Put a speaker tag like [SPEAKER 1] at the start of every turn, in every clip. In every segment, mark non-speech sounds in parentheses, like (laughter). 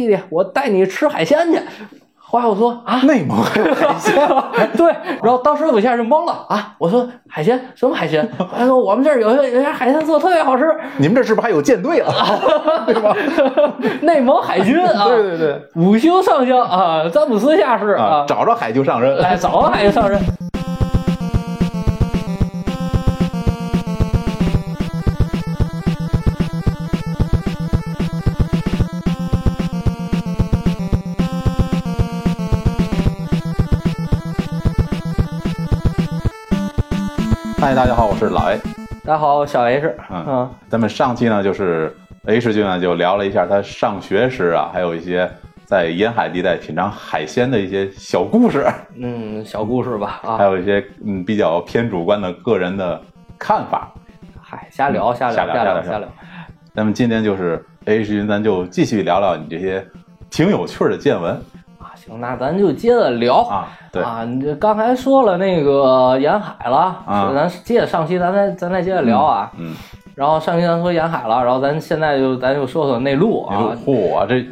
[SPEAKER 1] 弟弟，我带你吃海鲜去。”后来我说：“啊，
[SPEAKER 2] (laughs) 内蒙哎还有海鲜，
[SPEAKER 1] (laughs) 对。”然后当时有些人懵了啊，我说：“海鲜什么海鲜？”他说：“我们这儿有些有些海鲜做的特别好吃，
[SPEAKER 2] 你们这是不是还有舰队
[SPEAKER 1] (laughs)
[SPEAKER 2] 了？对吧？
[SPEAKER 1] 内蒙海军啊，
[SPEAKER 2] (laughs) 对对对，
[SPEAKER 1] 五星上将啊，詹姆斯下士
[SPEAKER 2] 啊，找着海就上任。
[SPEAKER 1] 哎，早海就上任。”
[SPEAKER 2] 嗨，大家好，我是老 A。
[SPEAKER 1] 大家好，小 H。
[SPEAKER 2] 嗯
[SPEAKER 1] 嗯
[SPEAKER 2] 咱们上期呢，就是 H 君啊呢就聊了一下他上学时啊，还有一些在沿海地带品尝海鲜的一些小故事，
[SPEAKER 1] 嗯，小故事吧啊
[SPEAKER 2] 还，有一些嗯比较偏主观的个人的看法。
[SPEAKER 1] 嗨，瞎聊瞎
[SPEAKER 2] 瞎
[SPEAKER 1] 聊
[SPEAKER 2] 聊
[SPEAKER 1] 瞎
[SPEAKER 2] 瞎聊
[SPEAKER 1] 瞎聊。
[SPEAKER 2] 咱们今天就是 H 君，咱就继续聊聊你这些挺有趣儿的见闻
[SPEAKER 1] 啊，行，那咱就接着聊
[SPEAKER 2] 啊。对，
[SPEAKER 1] 啊，你这刚才说了那个沿海了，
[SPEAKER 2] 啊
[SPEAKER 1] 咱接着上期咱再咱再接着聊啊。
[SPEAKER 2] 嗯，
[SPEAKER 1] 然后上期咱说沿海了，然后咱现在就咱就说说内陆
[SPEAKER 2] 你说
[SPEAKER 1] 啊。
[SPEAKER 2] 嚯，这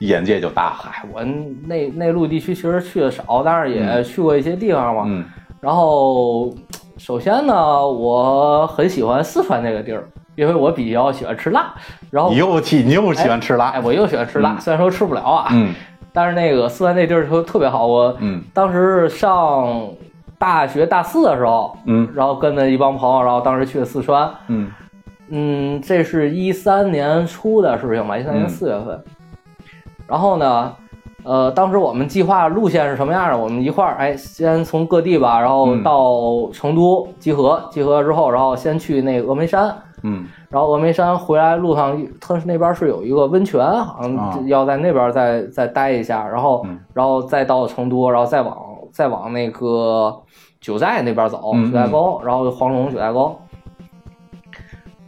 [SPEAKER 2] 眼界就大了。
[SPEAKER 1] 嗨，我内内陆地区其实去的少，但是也去过一些地方嘛。
[SPEAKER 2] 嗯，
[SPEAKER 1] 然后，首先呢，我很喜欢四川这个地儿，因为我比较喜欢吃辣。然后
[SPEAKER 2] 你，又喜你又喜欢吃
[SPEAKER 1] 哦哎，
[SPEAKER 2] 辣。
[SPEAKER 1] 我又喜欢吃辣，
[SPEAKER 2] 嗯
[SPEAKER 1] 虽然说吃不了啊，
[SPEAKER 2] 嗯
[SPEAKER 1] 但是那个四川那地儿特特别好。我
[SPEAKER 2] 嗯
[SPEAKER 1] 当时上大学大四的时候，
[SPEAKER 2] 嗯
[SPEAKER 1] 然后跟着一帮朋友，然后当时去了四川。
[SPEAKER 2] 嗯
[SPEAKER 1] 嗯，这是一三年初的事情吧，一三年
[SPEAKER 2] 嗯
[SPEAKER 1] 四月份。然后呢，呃，当时我们计划路线是什么样的？我们一块儿，哎，先从各地吧，然后
[SPEAKER 2] 嗯
[SPEAKER 1] 到成都集合，集合之后，然后先去那个峨眉山，
[SPEAKER 2] 嗯
[SPEAKER 1] 然后峨眉山回来路上，它是那边是有一个温泉，好
[SPEAKER 2] 啊
[SPEAKER 1] 像要在那边再再待一下，然后
[SPEAKER 2] 嗯
[SPEAKER 1] 然后再到成都，然后再往再往那个九寨那边走，
[SPEAKER 2] 嗯
[SPEAKER 1] 九寨沟，然后黄龙九寨沟，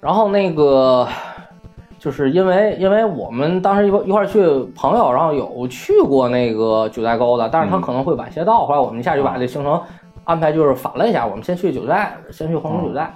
[SPEAKER 1] 然后那个就是因为因为我们当时一块一块儿去朋友，然后有去过那个九寨沟的，但是他
[SPEAKER 2] 嗯
[SPEAKER 1] 可能会晚些到，后来我们一下就把
[SPEAKER 2] 啊
[SPEAKER 1] 这行程安排就是反了一下，我们先去九寨，先去黄龙
[SPEAKER 2] 啊
[SPEAKER 1] 九寨。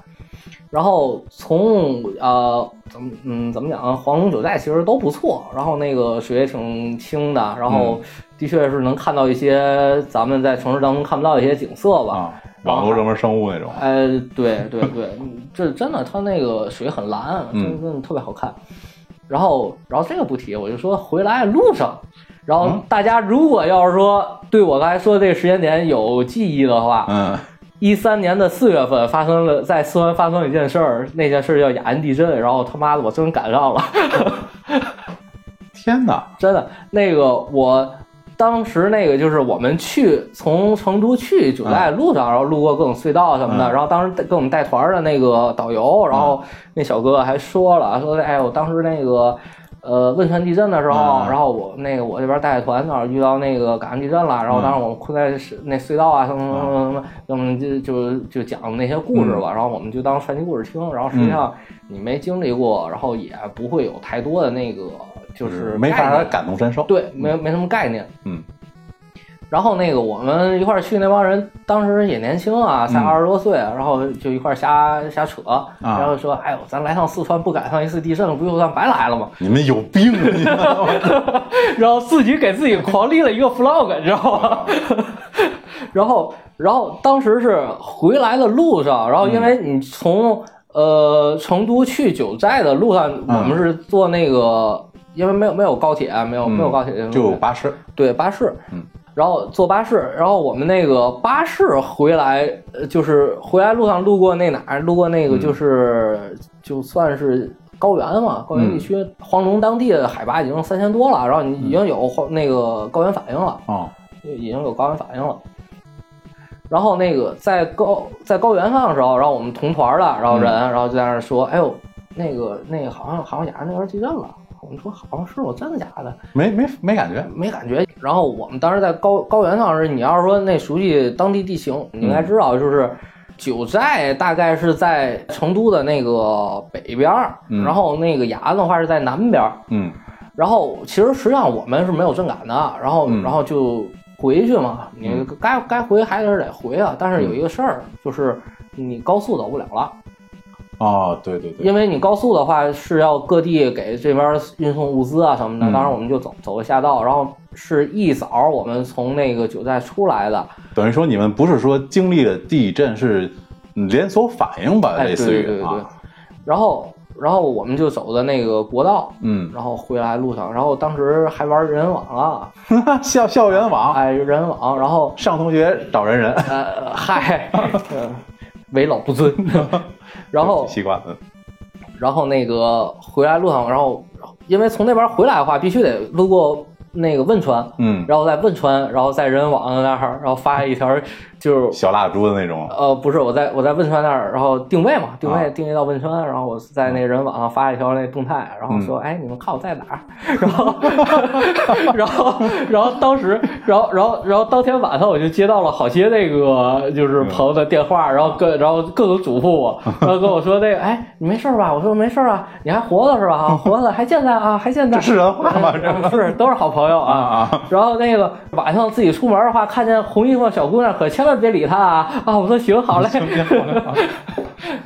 [SPEAKER 1] 然后从呃怎么嗯怎么讲啊，黄龙九寨其实都不错，然后那个水也挺清的，然后
[SPEAKER 2] 嗯
[SPEAKER 1] 的确是能看到一些咱们在城市当中看不到的一些景色吧。
[SPEAKER 2] 啊，网络热门生物那种。
[SPEAKER 1] 呃，对对
[SPEAKER 2] (laughs)
[SPEAKER 1] 对，这真的，它那个水很蓝，
[SPEAKER 2] 嗯
[SPEAKER 1] 真真的特别好看。然后，然后这个不提，我就说回来路上，然后
[SPEAKER 2] 嗯
[SPEAKER 1] 大家如果要是说对我刚才说的这个时间点有记忆的话，
[SPEAKER 2] 嗯
[SPEAKER 1] 一三年的四月份发生了在四川发生了一件事儿，那件事儿叫雅安地震，然后他妈的我真赶上了，
[SPEAKER 2] 天哪！
[SPEAKER 1] 真的，那个我当时那个就是我们去从成都去九寨路上，然后路过各种隧道什么的，
[SPEAKER 2] 嗯
[SPEAKER 1] 然后当时带给我们带团儿的那个导游，然后那小哥哥还说了，说哎，我当时那个。呃，汶川地震的时候，
[SPEAKER 2] 嗯
[SPEAKER 1] 然后我那个我这边带团，正好遇到那个赶上地震了，然后
[SPEAKER 2] 嗯
[SPEAKER 1] 当时我们困在是那隧道啊，什么什么什么，那么就就就讲那些故事
[SPEAKER 2] 嗯
[SPEAKER 1] 吧，然后我们就当传奇故事听，然后实际上你没经历过，然后也不会有太多的那个就是
[SPEAKER 2] 嗯没
[SPEAKER 1] 概
[SPEAKER 2] 法
[SPEAKER 1] 念
[SPEAKER 2] 儿感同身受。
[SPEAKER 1] 对，没没什么概念。
[SPEAKER 2] 嗯。
[SPEAKER 1] 然后那个我们一块儿去那帮人，当时也年轻啊，才
[SPEAKER 2] 嗯啊
[SPEAKER 1] 二十多岁，然后就一块儿瞎瞎扯，然后说：“哎呦，咱来趟四川，不赶上一次地震，不就算白来了吗 (laughs)
[SPEAKER 2] 你们有病啊！你们？”
[SPEAKER 1] 然后自己给自己狂立了一个 flag，你知道吗？ (laughs) 然后，然后当时是回来的路上，然后
[SPEAKER 2] 嗯
[SPEAKER 1] 因为你从、呃成都去九寨的路上，
[SPEAKER 2] 啊
[SPEAKER 1] 我们是坐那个，因为没有没有高铁，啊没有、没有高铁，
[SPEAKER 2] 嗯就有巴士，
[SPEAKER 1] 对巴士，
[SPEAKER 2] 嗯，
[SPEAKER 1] 然后坐巴士，然后我们那个巴士回来，呃就是回来路上路过那哪儿，路过那个就是、就算是高原嘛，高原地区，黄龙当地的海拔已经三千多了，然后你已经有黄那个高原反应了，
[SPEAKER 2] 哦，
[SPEAKER 1] 已经有高原反应了。然后那个在高在高原上的时候，然后我们同团的，然后人，然后就在那儿说，哎呦，那个那个好像好像雅安那边地震了。我们说好像是我真的假的？
[SPEAKER 2] 没没没感觉。
[SPEAKER 1] 没感觉。然后我们当时在高高原上是，你要是说那熟悉当地地形，你应该知
[SPEAKER 2] 嗯
[SPEAKER 1] 道，就是九寨大概是在成都的那个北边儿，
[SPEAKER 2] 嗯
[SPEAKER 1] 然后那个雅安的话是在南边儿。
[SPEAKER 2] 嗯
[SPEAKER 1] 然后其实实际上我们是没有震感的，啊然后、
[SPEAKER 2] 嗯
[SPEAKER 1] 然后就回去嘛，你
[SPEAKER 2] 嗯
[SPEAKER 1] 该该回还是得回啊。但是有一个事儿，就是你高速走不了了。
[SPEAKER 2] 哦，对对对，
[SPEAKER 1] 因为你高速的话是要各地给这边运送物资啊什么的，
[SPEAKER 2] 嗯
[SPEAKER 1] 当时我们就走走个下道，然后是一早我们从那个九寨出来的，
[SPEAKER 2] 等于说你们不是说经历了地震，是连锁反应吧，
[SPEAKER 1] 哎，对
[SPEAKER 2] 类似
[SPEAKER 1] 对对
[SPEAKER 2] 于
[SPEAKER 1] 对
[SPEAKER 2] 啊，，
[SPEAKER 1] 然后然后我们就走的那个国道，
[SPEAKER 2] 嗯， (laughs)
[SPEAKER 1] 然后回来路上，然后当时还玩人网了，
[SPEAKER 2] 校校园网，
[SPEAKER 1] 哎，人网，然后
[SPEAKER 2] 上同学找人人，
[SPEAKER 1] 呃，
[SPEAKER 2] (laughs)
[SPEAKER 1] 嗨，呃为老不尊，然后
[SPEAKER 2] 习惯了，
[SPEAKER 1] 然后那个回来路上，然后因为从那边回来的话，必须得路过那个汶川，
[SPEAKER 2] 嗯，
[SPEAKER 1] 然后在汶川，然后在人网那儿，然后发一条就是。
[SPEAKER 2] 小蜡烛的那
[SPEAKER 1] (laughs)
[SPEAKER 2] 种，
[SPEAKER 1] 呃，不是，我在我在汶川那儿，然后定位嘛，定位、
[SPEAKER 2] 啊
[SPEAKER 1] 定位到汶川，然后我在那人网上发一条那动态，然后
[SPEAKER 2] 嗯
[SPEAKER 1] 说，哎，你们看我在哪儿？然后， (laughs) 然后，然后当时，然后，然后，然后当天晚上我就接到了好些那个就是朋友的电话，然后
[SPEAKER 2] 啊
[SPEAKER 1] 各然后各种嘱咐我，然后跟我说那个，哎，你没事儿吧？我说没事儿啊，你还活着是吧？啊，活着还健在啊，还健在。
[SPEAKER 2] 这是人话吗？
[SPEAKER 1] (laughs)
[SPEAKER 2] 这
[SPEAKER 1] 嗯是，都是好朋友
[SPEAKER 2] 啊
[SPEAKER 1] 啊。
[SPEAKER 2] 啊，
[SPEAKER 1] 然后那个晚上自己出门的话，看见红衣服的小姑娘，可千万别理她啊！啊，我说行，好嘞。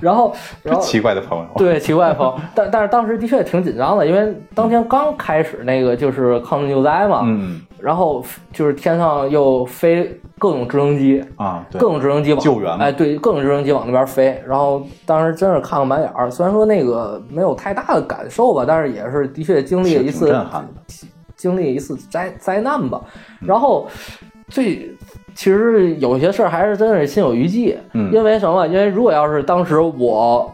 [SPEAKER 1] 然后，然
[SPEAKER 2] 这
[SPEAKER 1] 后
[SPEAKER 2] 奇怪的朋友，
[SPEAKER 1] 对奇怪风，但但是当时的确挺紧张的，因为当天刚开始那个就是抗震救灾嘛，
[SPEAKER 2] 嗯
[SPEAKER 1] 然后就是天上又飞各种直升机，
[SPEAKER 2] 啊，对
[SPEAKER 1] 各，种直升机往
[SPEAKER 2] 救援嘛
[SPEAKER 1] 哎，对，各种直升机往那边飞。然后当时真是看个满眼儿，虽然说那个没有太大的感受吧，但是也是的确经历了一
[SPEAKER 2] 是挺
[SPEAKER 1] 次
[SPEAKER 2] 震撼的嗯
[SPEAKER 1] 经历一次灾灾难吧。然后最其实有些事儿还是真是心有余悸，
[SPEAKER 2] 嗯
[SPEAKER 1] 因为什么？因为如果要是当时我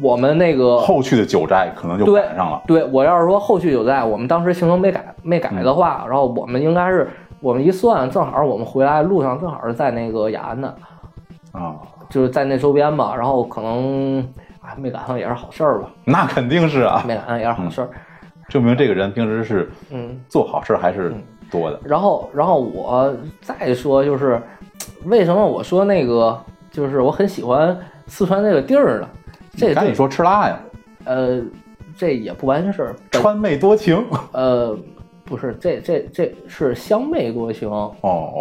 [SPEAKER 1] 我们那个
[SPEAKER 2] 后续的九寨可能就
[SPEAKER 1] 对
[SPEAKER 2] 赶上了，
[SPEAKER 1] 对我要是说后续有在，我们当时行程没改没改
[SPEAKER 2] 嗯
[SPEAKER 1] 的话，然后我们应该是我们一算，正好我们回来路上正好是在那个雅安的，
[SPEAKER 2] 啊，
[SPEAKER 1] 就是在那周边吧，然后可能啊没赶上也是好事儿吧，
[SPEAKER 2] 那肯定是啊，
[SPEAKER 1] 没赶上也是好事儿，
[SPEAKER 2] 证明这个人平时是
[SPEAKER 1] 嗯。
[SPEAKER 2] 做好事还是多的，
[SPEAKER 1] 然后，然后我再说就是，为什么我说那个就是我很喜欢四川这个地儿呢？这
[SPEAKER 2] 赶紧说吃辣呀，
[SPEAKER 1] 呃，这也不完全是本
[SPEAKER 2] 川妹多情，
[SPEAKER 1] 呃，不是这这这是湘妹多情，
[SPEAKER 2] 哦，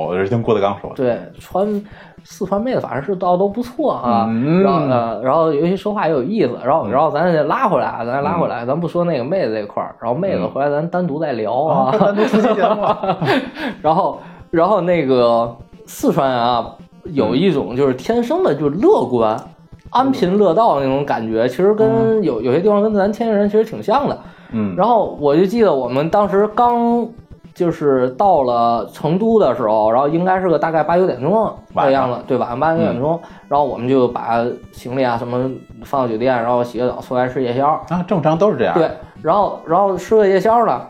[SPEAKER 2] 我是听郭德纲说的，
[SPEAKER 1] 对，川四川妹子反正是倒都不错啊，
[SPEAKER 2] 嗯
[SPEAKER 1] 然后呃，然后尤其说话也有意思，然后然后咱再拉回来啊，咱拉回来，咱不说那个妹子这块儿，然后妹子回来咱单独再聊 (laughs) 啊，
[SPEAKER 2] 单独出期节目
[SPEAKER 1] (laughs)
[SPEAKER 2] 啊，
[SPEAKER 1] 然后然后那个四川啊，有一种就是天生的就是乐观。安贫乐道那种感觉，其实跟有有些地方跟咱天津人其实挺像的。
[SPEAKER 2] 嗯，
[SPEAKER 1] 然后我就记得我们当时刚就是到了成都的时候，然后应该是个大概八九点钟的样子，对吧？八九点
[SPEAKER 2] 嗯
[SPEAKER 1] 钟，然后我们就把行李啊什么放到酒店，然后洗个澡，出来吃夜宵。
[SPEAKER 2] 啊，正常都是这样，
[SPEAKER 1] 对，然后然后吃个夜宵呢，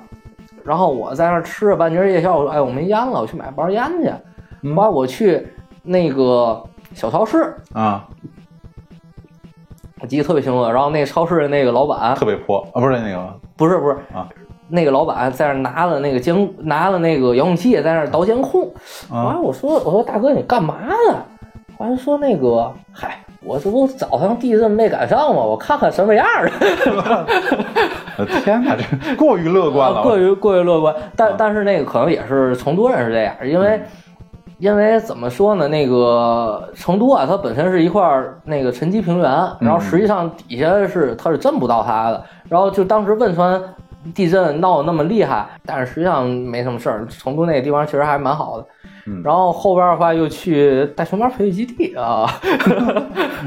[SPEAKER 1] 然后我在那儿吃着半截夜宵，我说哎我没烟了，我去买包烟去。
[SPEAKER 2] 嗯
[SPEAKER 1] 后来我去那个小超市，
[SPEAKER 2] 啊，
[SPEAKER 1] 我记得特别清楚。然后那超市的那个老板
[SPEAKER 2] 特别泼啊，不是那个
[SPEAKER 1] 不是不是
[SPEAKER 2] 啊
[SPEAKER 1] 那个老板在那儿拿了那个监拿了那个遥控器，在那儿倒监控。完、
[SPEAKER 2] 啊，
[SPEAKER 1] 我说我说大哥你干嘛呢？完说那个嗨，我这不早上地震没赶上吗？我看看什么样儿的。
[SPEAKER 2] 我的天哪，这过于乐观了，
[SPEAKER 1] 啊啊过于过于乐观。但
[SPEAKER 2] 啊
[SPEAKER 1] 但是那个可能也是
[SPEAKER 2] 嗯
[SPEAKER 1] 成都人是这样，因为、因为怎么说呢，那个成都啊，它本身是一块儿那个沉积平原，然后实际上底下是它是震不到它的。然后就当时汶川地震闹得那么厉害，但是实际上没什么事儿。成都那个地方其实还蛮好的。
[SPEAKER 2] 嗯
[SPEAKER 1] 然后后边的话又去大熊猫培育基地啊，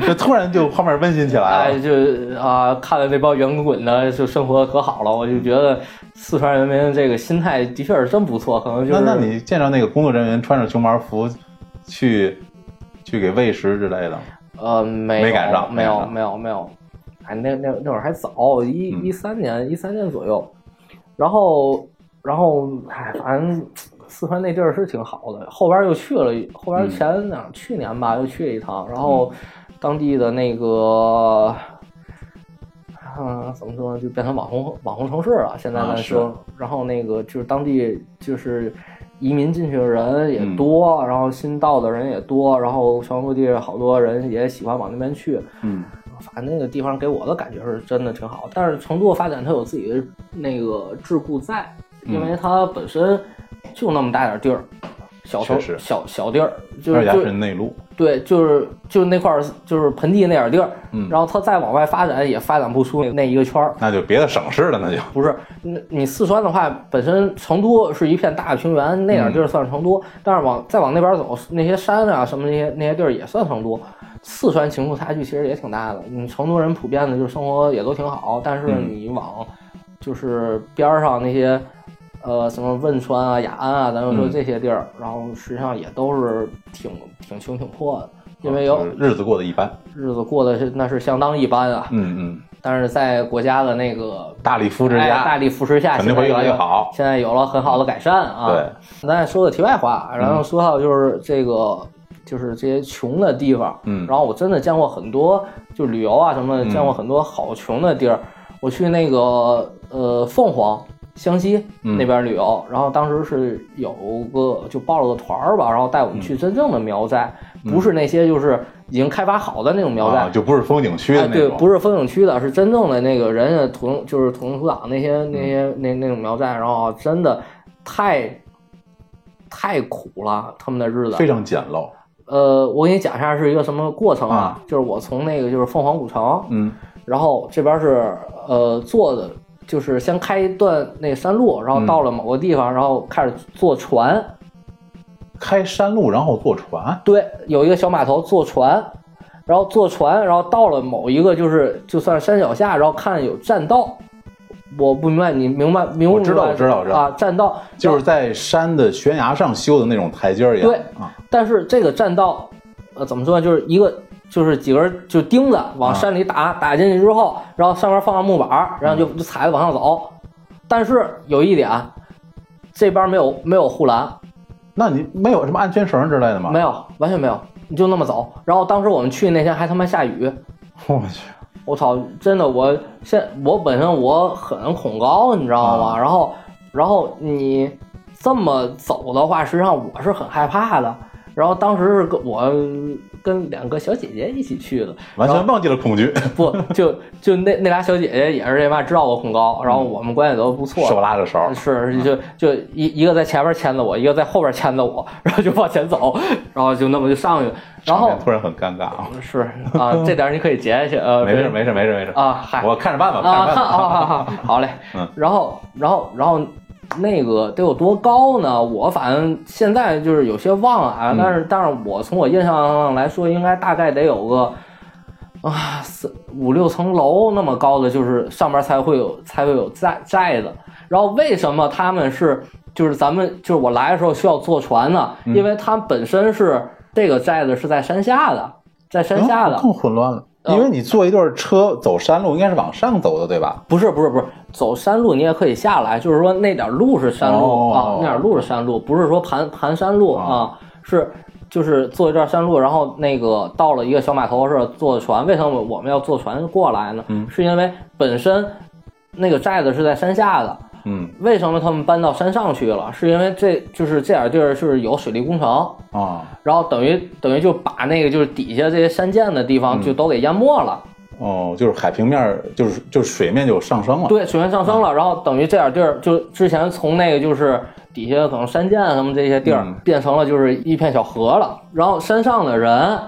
[SPEAKER 2] 这突然就后面温馨起来
[SPEAKER 1] 哎，
[SPEAKER 2] 了，
[SPEAKER 1] 就啊、看了那帮圆滚的，就生活可好了，我就觉得四川人民这个心态的确是真不错，可能就
[SPEAKER 2] 那
[SPEAKER 1] 是
[SPEAKER 2] 那你见着那个工作人员穿着熊猫服去去给喂食之类的吗，
[SPEAKER 1] 呃没有
[SPEAKER 2] 没赶上
[SPEAKER 1] 没
[SPEAKER 2] 没
[SPEAKER 1] 有
[SPEAKER 2] 赶上
[SPEAKER 1] 没有没有，哎那那那会儿还早，一
[SPEAKER 2] 嗯
[SPEAKER 1] 一三年一三年左右，然后然后哎反正。四川那地儿是挺好的，后边又去了，后
[SPEAKER 2] 嗯
[SPEAKER 1] 边前两、去年吧又去了一趟，然后当地的那个嗯，怎么说呢，就变成网红网红城市了。现在
[SPEAKER 2] 啊
[SPEAKER 1] 来
[SPEAKER 2] 是
[SPEAKER 1] 说，然后那个就是当地就是移民进去的人
[SPEAKER 2] 嗯
[SPEAKER 1] 也多，然后新到的人也多，然后全国各地好多人也喜欢往那边去。
[SPEAKER 2] 嗯，
[SPEAKER 1] 反正那个地方给我的感觉是真的挺好，但是成都的发展它有自己的那个桎梏在，因
[SPEAKER 2] 嗯
[SPEAKER 1] 为它本身就那么大点儿地儿，小城
[SPEAKER 2] 确实
[SPEAKER 1] 小小地儿，就
[SPEAKER 2] 而
[SPEAKER 1] 是
[SPEAKER 2] 且还
[SPEAKER 1] 就是
[SPEAKER 2] 内陆，
[SPEAKER 1] 对，就是就是那块儿，就是盆地那点儿地儿，
[SPEAKER 2] 嗯
[SPEAKER 1] 然后它再往外发展也发展不出那那一个圈儿。
[SPEAKER 2] 那就别的省市了，那就
[SPEAKER 1] 不是，那你四川的话，本身成都是一片大平原，那点儿地
[SPEAKER 2] 嗯
[SPEAKER 1] 儿算是成都，但是往再往那边走，那些山啊什么那些那些地儿也算成都。四川贫富差距其实也挺大的，你成都人普遍的就是生活也都挺好，但是
[SPEAKER 2] 嗯
[SPEAKER 1] 你往就是边儿上那些，呃，什么汶川啊、雅安啊，咱们说
[SPEAKER 2] 嗯
[SPEAKER 1] 这些地儿，然后实际上也都是挺挺穷挺破的，因为
[SPEAKER 2] (laughs) 就
[SPEAKER 1] 有
[SPEAKER 2] 是日子过得一般。
[SPEAKER 1] 日子过得是那是相当一般啊，
[SPEAKER 2] 嗯嗯，
[SPEAKER 1] 但是在国家的那个
[SPEAKER 2] 大力扶持
[SPEAKER 1] 哎
[SPEAKER 2] 下，
[SPEAKER 1] 大力扶持下，
[SPEAKER 2] 肯定会
[SPEAKER 1] 现在
[SPEAKER 2] 越来越
[SPEAKER 1] 有
[SPEAKER 2] 好
[SPEAKER 1] 现在有了很好的改善啊。
[SPEAKER 2] 对，
[SPEAKER 1] 咱也说个题外话，然后说到就是这个，就是这些穷的地方，
[SPEAKER 2] 嗯
[SPEAKER 1] 然后我真的见过很多，就旅游啊什么的，见过很多好穷的地儿。我去那个呃凤凰。湘西
[SPEAKER 2] 嗯
[SPEAKER 1] 那边旅游，然后当时是有个就报了个团儿吧，然后带我们
[SPEAKER 2] 嗯
[SPEAKER 1] 去真正的苗寨，不是那些就是已经开发好的那种苗寨
[SPEAKER 2] 啊，，就不是风景区
[SPEAKER 1] 哎，
[SPEAKER 2] 的那
[SPEAKER 1] 对，
[SPEAKER 2] 种，
[SPEAKER 1] 不是风景区的，是真正的那个人家土生就是土生土长那些
[SPEAKER 2] 嗯
[SPEAKER 1] 那些那那种苗寨，然后真的太太苦了，他们的日子
[SPEAKER 2] 非。常简陋。
[SPEAKER 1] 呃，我给你讲一下是一个什么过程
[SPEAKER 2] 啊
[SPEAKER 1] 就是我从那个就是凤凰古城，
[SPEAKER 2] 嗯
[SPEAKER 1] 然后这边是呃坐的，就是先开一段那山路，
[SPEAKER 2] 嗯
[SPEAKER 1] 然后到了某个地方，然后开始坐船，，
[SPEAKER 2] 开山路然后坐船，
[SPEAKER 1] 对，有一个小码头坐船，然后坐船，然后到了某一个就是就算山脚下，然后看有栈道。我不明白，你明白明不明白？
[SPEAKER 2] 我知道我知道我知道
[SPEAKER 1] 啊，栈道
[SPEAKER 2] 就是在山的悬崖上修的那种台阶儿一样。
[SPEAKER 1] 对
[SPEAKER 2] 啊，
[SPEAKER 1] 但是这个栈道，呃，怎么说呢？就是一个就是几根就钉子往山里打，打进去之后，然后上面放上木板儿，然后就就踩着往上走。但是有一点，啊这边没有没有护栏，
[SPEAKER 2] 那你没有什么安全绳之类的吗？
[SPEAKER 1] 没，有，完全没有，你就那么走。然后当时我们去那天还他妈下雨，
[SPEAKER 2] 我去，
[SPEAKER 1] 我操，真的，我现我本身我很恐高，你知道
[SPEAKER 2] 啊
[SPEAKER 1] 吗？然后，然后你这么走的话，实际上我是很害怕的。然后当时是跟我跟两个小姐姐一起去的，
[SPEAKER 2] 完全忘记了恐惧，
[SPEAKER 1] 不就就那那俩小姐姐也是这妈知道我恐高，
[SPEAKER 2] 嗯
[SPEAKER 1] 然后我们关系都不错，
[SPEAKER 2] 手拉着手，
[SPEAKER 1] 是就就一一个在前面牵着我，一个在后边牵着我，然后就往前走，然后就那么就上去，然后
[SPEAKER 2] 场面突然很尴尬啊！
[SPEAKER 1] 是啊，这点儿你可以截下去，呃，
[SPEAKER 2] 没事没事没事没事，
[SPEAKER 1] 啊，嗨，
[SPEAKER 2] 我看着办吧，看
[SPEAKER 1] 啊
[SPEAKER 2] 着办吧。 (laughs)
[SPEAKER 1] 啊，好嘞。
[SPEAKER 2] 嗯
[SPEAKER 1] 然后，然后，然后那个得有多高呢？我反正现在就是有些忘了
[SPEAKER 2] 嗯
[SPEAKER 1] 啊，但是但是我从我印象上来说，应该大概得有个啊四五六层楼那么高的，就是上面才会有才会有寨寨子。然后为什么他们是就是咱们就是我来的时候需要坐船呢？
[SPEAKER 2] 嗯
[SPEAKER 1] 因为它本身是这个寨子是在山下的，在山下的
[SPEAKER 2] 哦。更混乱了，
[SPEAKER 1] 嗯
[SPEAKER 2] 因为你坐一段车走山路，应该是往上走的，对吧？
[SPEAKER 1] 不是不是不是，走山路你也可以下来，就是说那点儿路是山路、
[SPEAKER 2] 哦
[SPEAKER 1] 啊，那点儿路是山路，不是说盘盘山路、啊，是就是坐一段山路，然后那个到了一个小码头是坐船。为什么我们要坐船过来呢？
[SPEAKER 2] 嗯
[SPEAKER 1] 是因为本身那个寨子是在山下的，
[SPEAKER 2] 嗯
[SPEAKER 1] 为什么他们搬到山上去了？是因为这就是这点儿地儿是有水利工程，
[SPEAKER 2] 啊
[SPEAKER 1] 然后等于等于就把那个就是底下这些山涧的地方
[SPEAKER 2] 嗯
[SPEAKER 1] 就都给淹没了。
[SPEAKER 2] 哦，就是海平面儿，就是就是水面就上升了。
[SPEAKER 1] 对，水面上升
[SPEAKER 2] 嗯
[SPEAKER 1] 了，然后等于这点地儿，就之前从那个就是底下可能山涧啊什么这些地儿，
[SPEAKER 2] 嗯
[SPEAKER 1] 变成了就是一片小河了。然后山上的人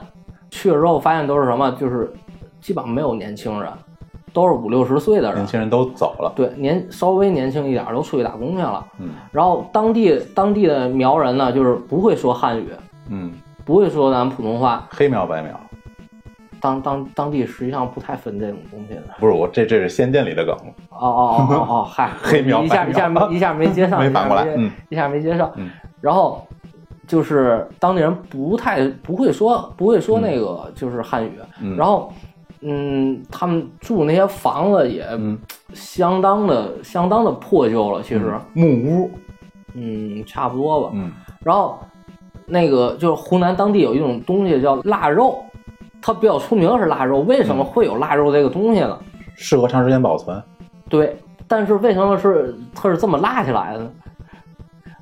[SPEAKER 1] 去了之后，发现都是什么，就是基本上没有年轻人，都是五六十岁的人
[SPEAKER 2] 年，轻人都走了。
[SPEAKER 1] 对，年稍微年轻一点儿都出去打工去了。
[SPEAKER 2] 嗯
[SPEAKER 1] 然后当地当地的苗人呢，就是不会说汉语，
[SPEAKER 2] 嗯，
[SPEAKER 1] 不会说咱们普通话，
[SPEAKER 2] 黑苗白苗，
[SPEAKER 1] 当当当地实际上不太分这种东西的。
[SPEAKER 2] 不是我这这是《仙剑》里的梗。
[SPEAKER 1] 哦哦哦哦哦，嗨，
[SPEAKER 2] (laughs) 黑苗
[SPEAKER 1] 一下
[SPEAKER 2] 白
[SPEAKER 1] 一下
[SPEAKER 2] 苗
[SPEAKER 1] 没一下没接上，
[SPEAKER 2] (laughs) 没
[SPEAKER 1] 一下
[SPEAKER 2] 反过来
[SPEAKER 1] 接
[SPEAKER 2] 嗯
[SPEAKER 1] 一下没接上
[SPEAKER 2] 嗯。
[SPEAKER 1] 然后就是当地人不太不会说不会说那个就是汉语，
[SPEAKER 2] 嗯
[SPEAKER 1] 然后嗯，他们住那些房子也
[SPEAKER 2] 嗯
[SPEAKER 1] 相当的相当的破旧了，其实
[SPEAKER 2] 木屋，
[SPEAKER 1] 嗯差不多吧。
[SPEAKER 2] 嗯，
[SPEAKER 1] 然后那个就是湖南当地有一种东西叫腊肉，它比较出名的是腊肉，为
[SPEAKER 2] 嗯
[SPEAKER 1] 什么会有腊肉这个东西呢？
[SPEAKER 2] 适合长时间保存。
[SPEAKER 1] 对，但是为什么是它是这么拉起来的呢？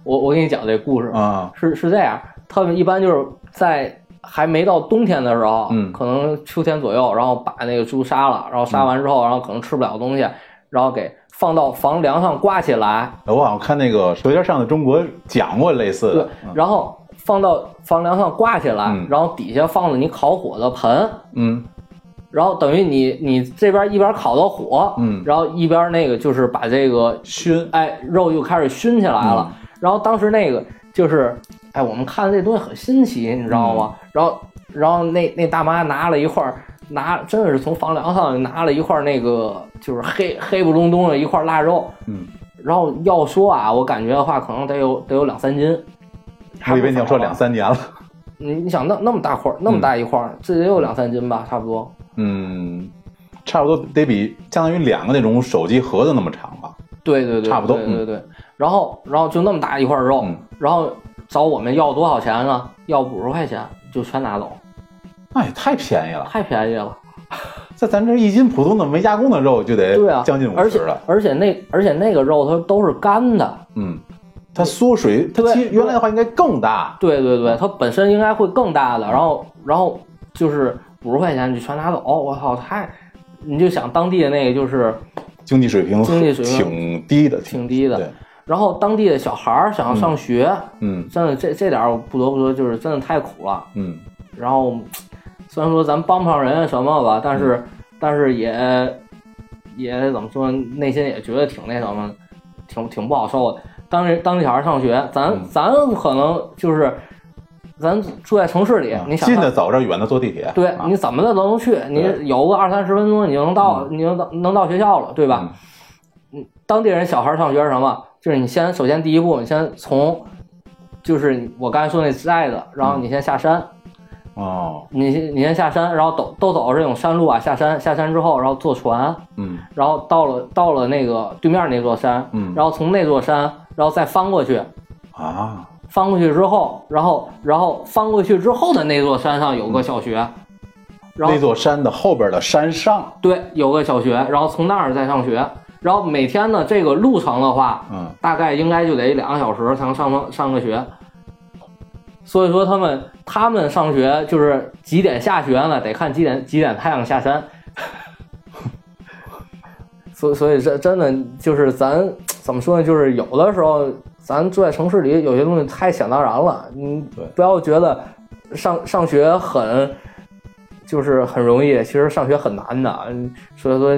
[SPEAKER 1] 我我给你讲这故事，
[SPEAKER 2] 啊，
[SPEAKER 1] 是是这样，他们一般就是在还没到冬天的时候，
[SPEAKER 2] 嗯
[SPEAKER 1] 可能秋天左右，然后把那个猪杀了，然后杀完之后，然后可能吃不了东西，然后给放到房梁上挂起来，
[SPEAKER 2] 我好像看那个《舌尖上的中国》讲过类似
[SPEAKER 1] 对
[SPEAKER 2] 的，，
[SPEAKER 1] 然后放到房梁上挂起来，
[SPEAKER 2] 呃嗯
[SPEAKER 1] 然后底下放了你烤火的盆，
[SPEAKER 2] 嗯
[SPEAKER 1] 然后等于你你这边一边烤到火，
[SPEAKER 2] 嗯
[SPEAKER 1] 然后一边那个就是把这个
[SPEAKER 2] 熏，嗯
[SPEAKER 1] 哎肉就开始熏起来了。然后当时那个就是哎，我们看这东西很新奇，你知道吗？
[SPEAKER 2] 嗯
[SPEAKER 1] 然后然后那那大妈拿了一块儿拿真的是从房梁上拿了一块儿那个就是黑黑不隆咚的一块腊肉，
[SPEAKER 2] 嗯，
[SPEAKER 1] 然后要说啊，我感觉的话，可能得有得有两三斤。
[SPEAKER 2] 我以为你要说两，三嗯年了，
[SPEAKER 1] 你你想那那么大块儿，那么大一块儿，这得有两三斤吧，差不多。
[SPEAKER 2] 嗯，差不多得比相当于两个那种手机盒子那么长吧，
[SPEAKER 1] 对对对，
[SPEAKER 2] 差不多
[SPEAKER 1] 对对对对。然后然后就那么大一块肉，
[SPEAKER 2] 嗯
[SPEAKER 1] 然后找我们要多少钱呢？要五十块钱就全拿走，
[SPEAKER 2] 那也太便宜了，
[SPEAKER 1] 太便宜了。
[SPEAKER 2] 在咱这一斤普通的没加工的肉就得
[SPEAKER 1] 对啊，
[SPEAKER 2] 哎将近五
[SPEAKER 1] 而
[SPEAKER 2] 十
[SPEAKER 1] 且
[SPEAKER 2] 了，
[SPEAKER 1] 而且那而且那个肉它都是干的，
[SPEAKER 2] 嗯，它缩水，它
[SPEAKER 1] 对
[SPEAKER 2] 其实原来的话应该更大，
[SPEAKER 1] 对对
[SPEAKER 2] 嗯
[SPEAKER 1] 对，它本身应该会更大的。然后然后就是五十块钱就全拿走，我操，太。你就想当地的那个就是
[SPEAKER 2] 经济水平
[SPEAKER 1] 经济水平
[SPEAKER 2] 挺低的，
[SPEAKER 1] 挺低的，
[SPEAKER 2] 对，
[SPEAKER 1] 然后当地的小孩儿想要上学，
[SPEAKER 2] 嗯
[SPEAKER 1] 真的这这点儿我不得不说，就是真的太苦了。
[SPEAKER 2] 嗯
[SPEAKER 1] 然后虽然说咱帮不上人家什么吧，但是、但是也也怎么说，内心也觉得挺那什么，挺挺不好受的。当时当地小孩上学，咱、
[SPEAKER 2] 嗯
[SPEAKER 1] 咱可能就是咱住在城市里，
[SPEAKER 2] 啊
[SPEAKER 1] 你想
[SPEAKER 2] 近
[SPEAKER 1] 看
[SPEAKER 2] 的走着，远的坐地铁，
[SPEAKER 1] 对
[SPEAKER 2] 啊
[SPEAKER 1] 你怎么的都能去，你
[SPEAKER 2] 对
[SPEAKER 1] 有个二三十分钟你就能到，你就能能到学校了，对吧？
[SPEAKER 2] 嗯
[SPEAKER 1] 当地人小孩上学是什么？就是你先首先第一步，你先从，就是我刚才说那寨子，然
[SPEAKER 2] 嗯
[SPEAKER 1] 后你先下山，
[SPEAKER 2] 哦，
[SPEAKER 1] 你先你先下山，然后走都走这种山路啊，下山下山之后，然后坐船，
[SPEAKER 2] 嗯
[SPEAKER 1] 然后到了到了那个对面那座山，
[SPEAKER 2] 嗯
[SPEAKER 1] 然后从那座山，然后再翻过去，
[SPEAKER 2] 啊，
[SPEAKER 1] 翻过去之后，然后然后翻过去之后的那座山上有个小学，然后
[SPEAKER 2] 嗯那座山的后边的山上，
[SPEAKER 1] 对有个小学，然后从那儿再上学，然后每天呢这个路程的话，
[SPEAKER 2] 嗯，
[SPEAKER 1] 大概应该就得两个小时才能上上上个学。所以说他们他们上学就是几点下学呢？得看几点几点太阳下山。 (laughs) 所以所以这真的就是咱怎么说呢？就是有的时候咱住在城市里，有些东西太想当然了。你
[SPEAKER 2] 对
[SPEAKER 1] 不要觉得上上学很就是很容易，其实上学很难的。嗯所以说